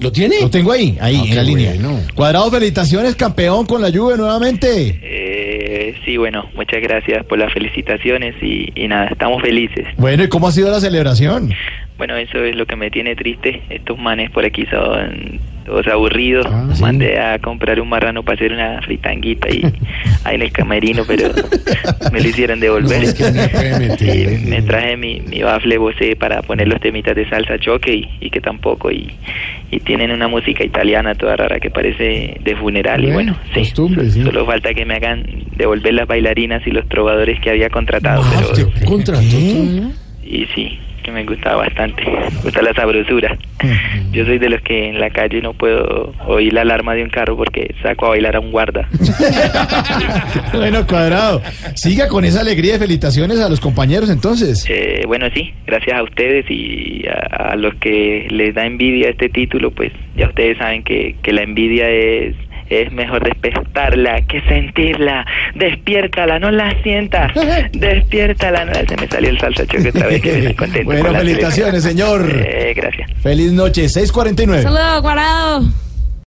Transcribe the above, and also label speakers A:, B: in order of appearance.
A: ¿Lo tiene?
B: Lo tengo ahí, ahí,
A: Ah,
B: en la
A: qué
B: línea.
A: bueno.
B: Cuadrado, felicitaciones, campeón con la lluvia nuevamente.
C: Eh, sí, bueno, muchas gracias por las felicitaciones y, y nada, estamos felices.
B: Bueno, ¿y cómo ha sido la celebración?
C: Bueno, eso es lo que me tiene triste. Estos manes por aquí son todos aburridos.
B: Ah, sí.
C: Mandé a comprar un marrano para hacer una fritanguita y ahí en el camerino, pero me lo hicieron devolver.
A: No, es que no puede meter.
C: Y me traje mi, mi bafle bocé para poner los temitas de salsa choque y, y que tampoco. Y, y tienen una música italiana toda rara que parece de funeral. y
A: Bueno,
C: bueno, sí,
A: costumbre, sí.
C: solo falta que me hagan devolver las bailarinas y los trovadores que había contratado.
A: Ah,
C: pero-
A: usted contrató todo.
C: y sí, que me gusta bastante. Me gusta la sabrosura. Yo soy de los que en la calle no puedo oír la alarma de un carro porque saco a bailar a un guarda.
B: bueno, Cuadrado, siga con esa alegría y felicitaciones a los compañeros entonces.
C: Eh, bueno, sí, gracias a ustedes y a, a los que les da envidia este título, pues ya ustedes saben que, que la envidia es, es mejor despertarla que sentirla. Despiértala, no la sientas. Despiértala, no la- se me salió el salsa choque otra vez que me estoy contento.
B: Bueno,
C: con la
B: felicitaciones,
C: selección.
B: señor.
C: Eh, gracias.
B: Feliz noche, 6:49.
D: Saludos, Cuadrado.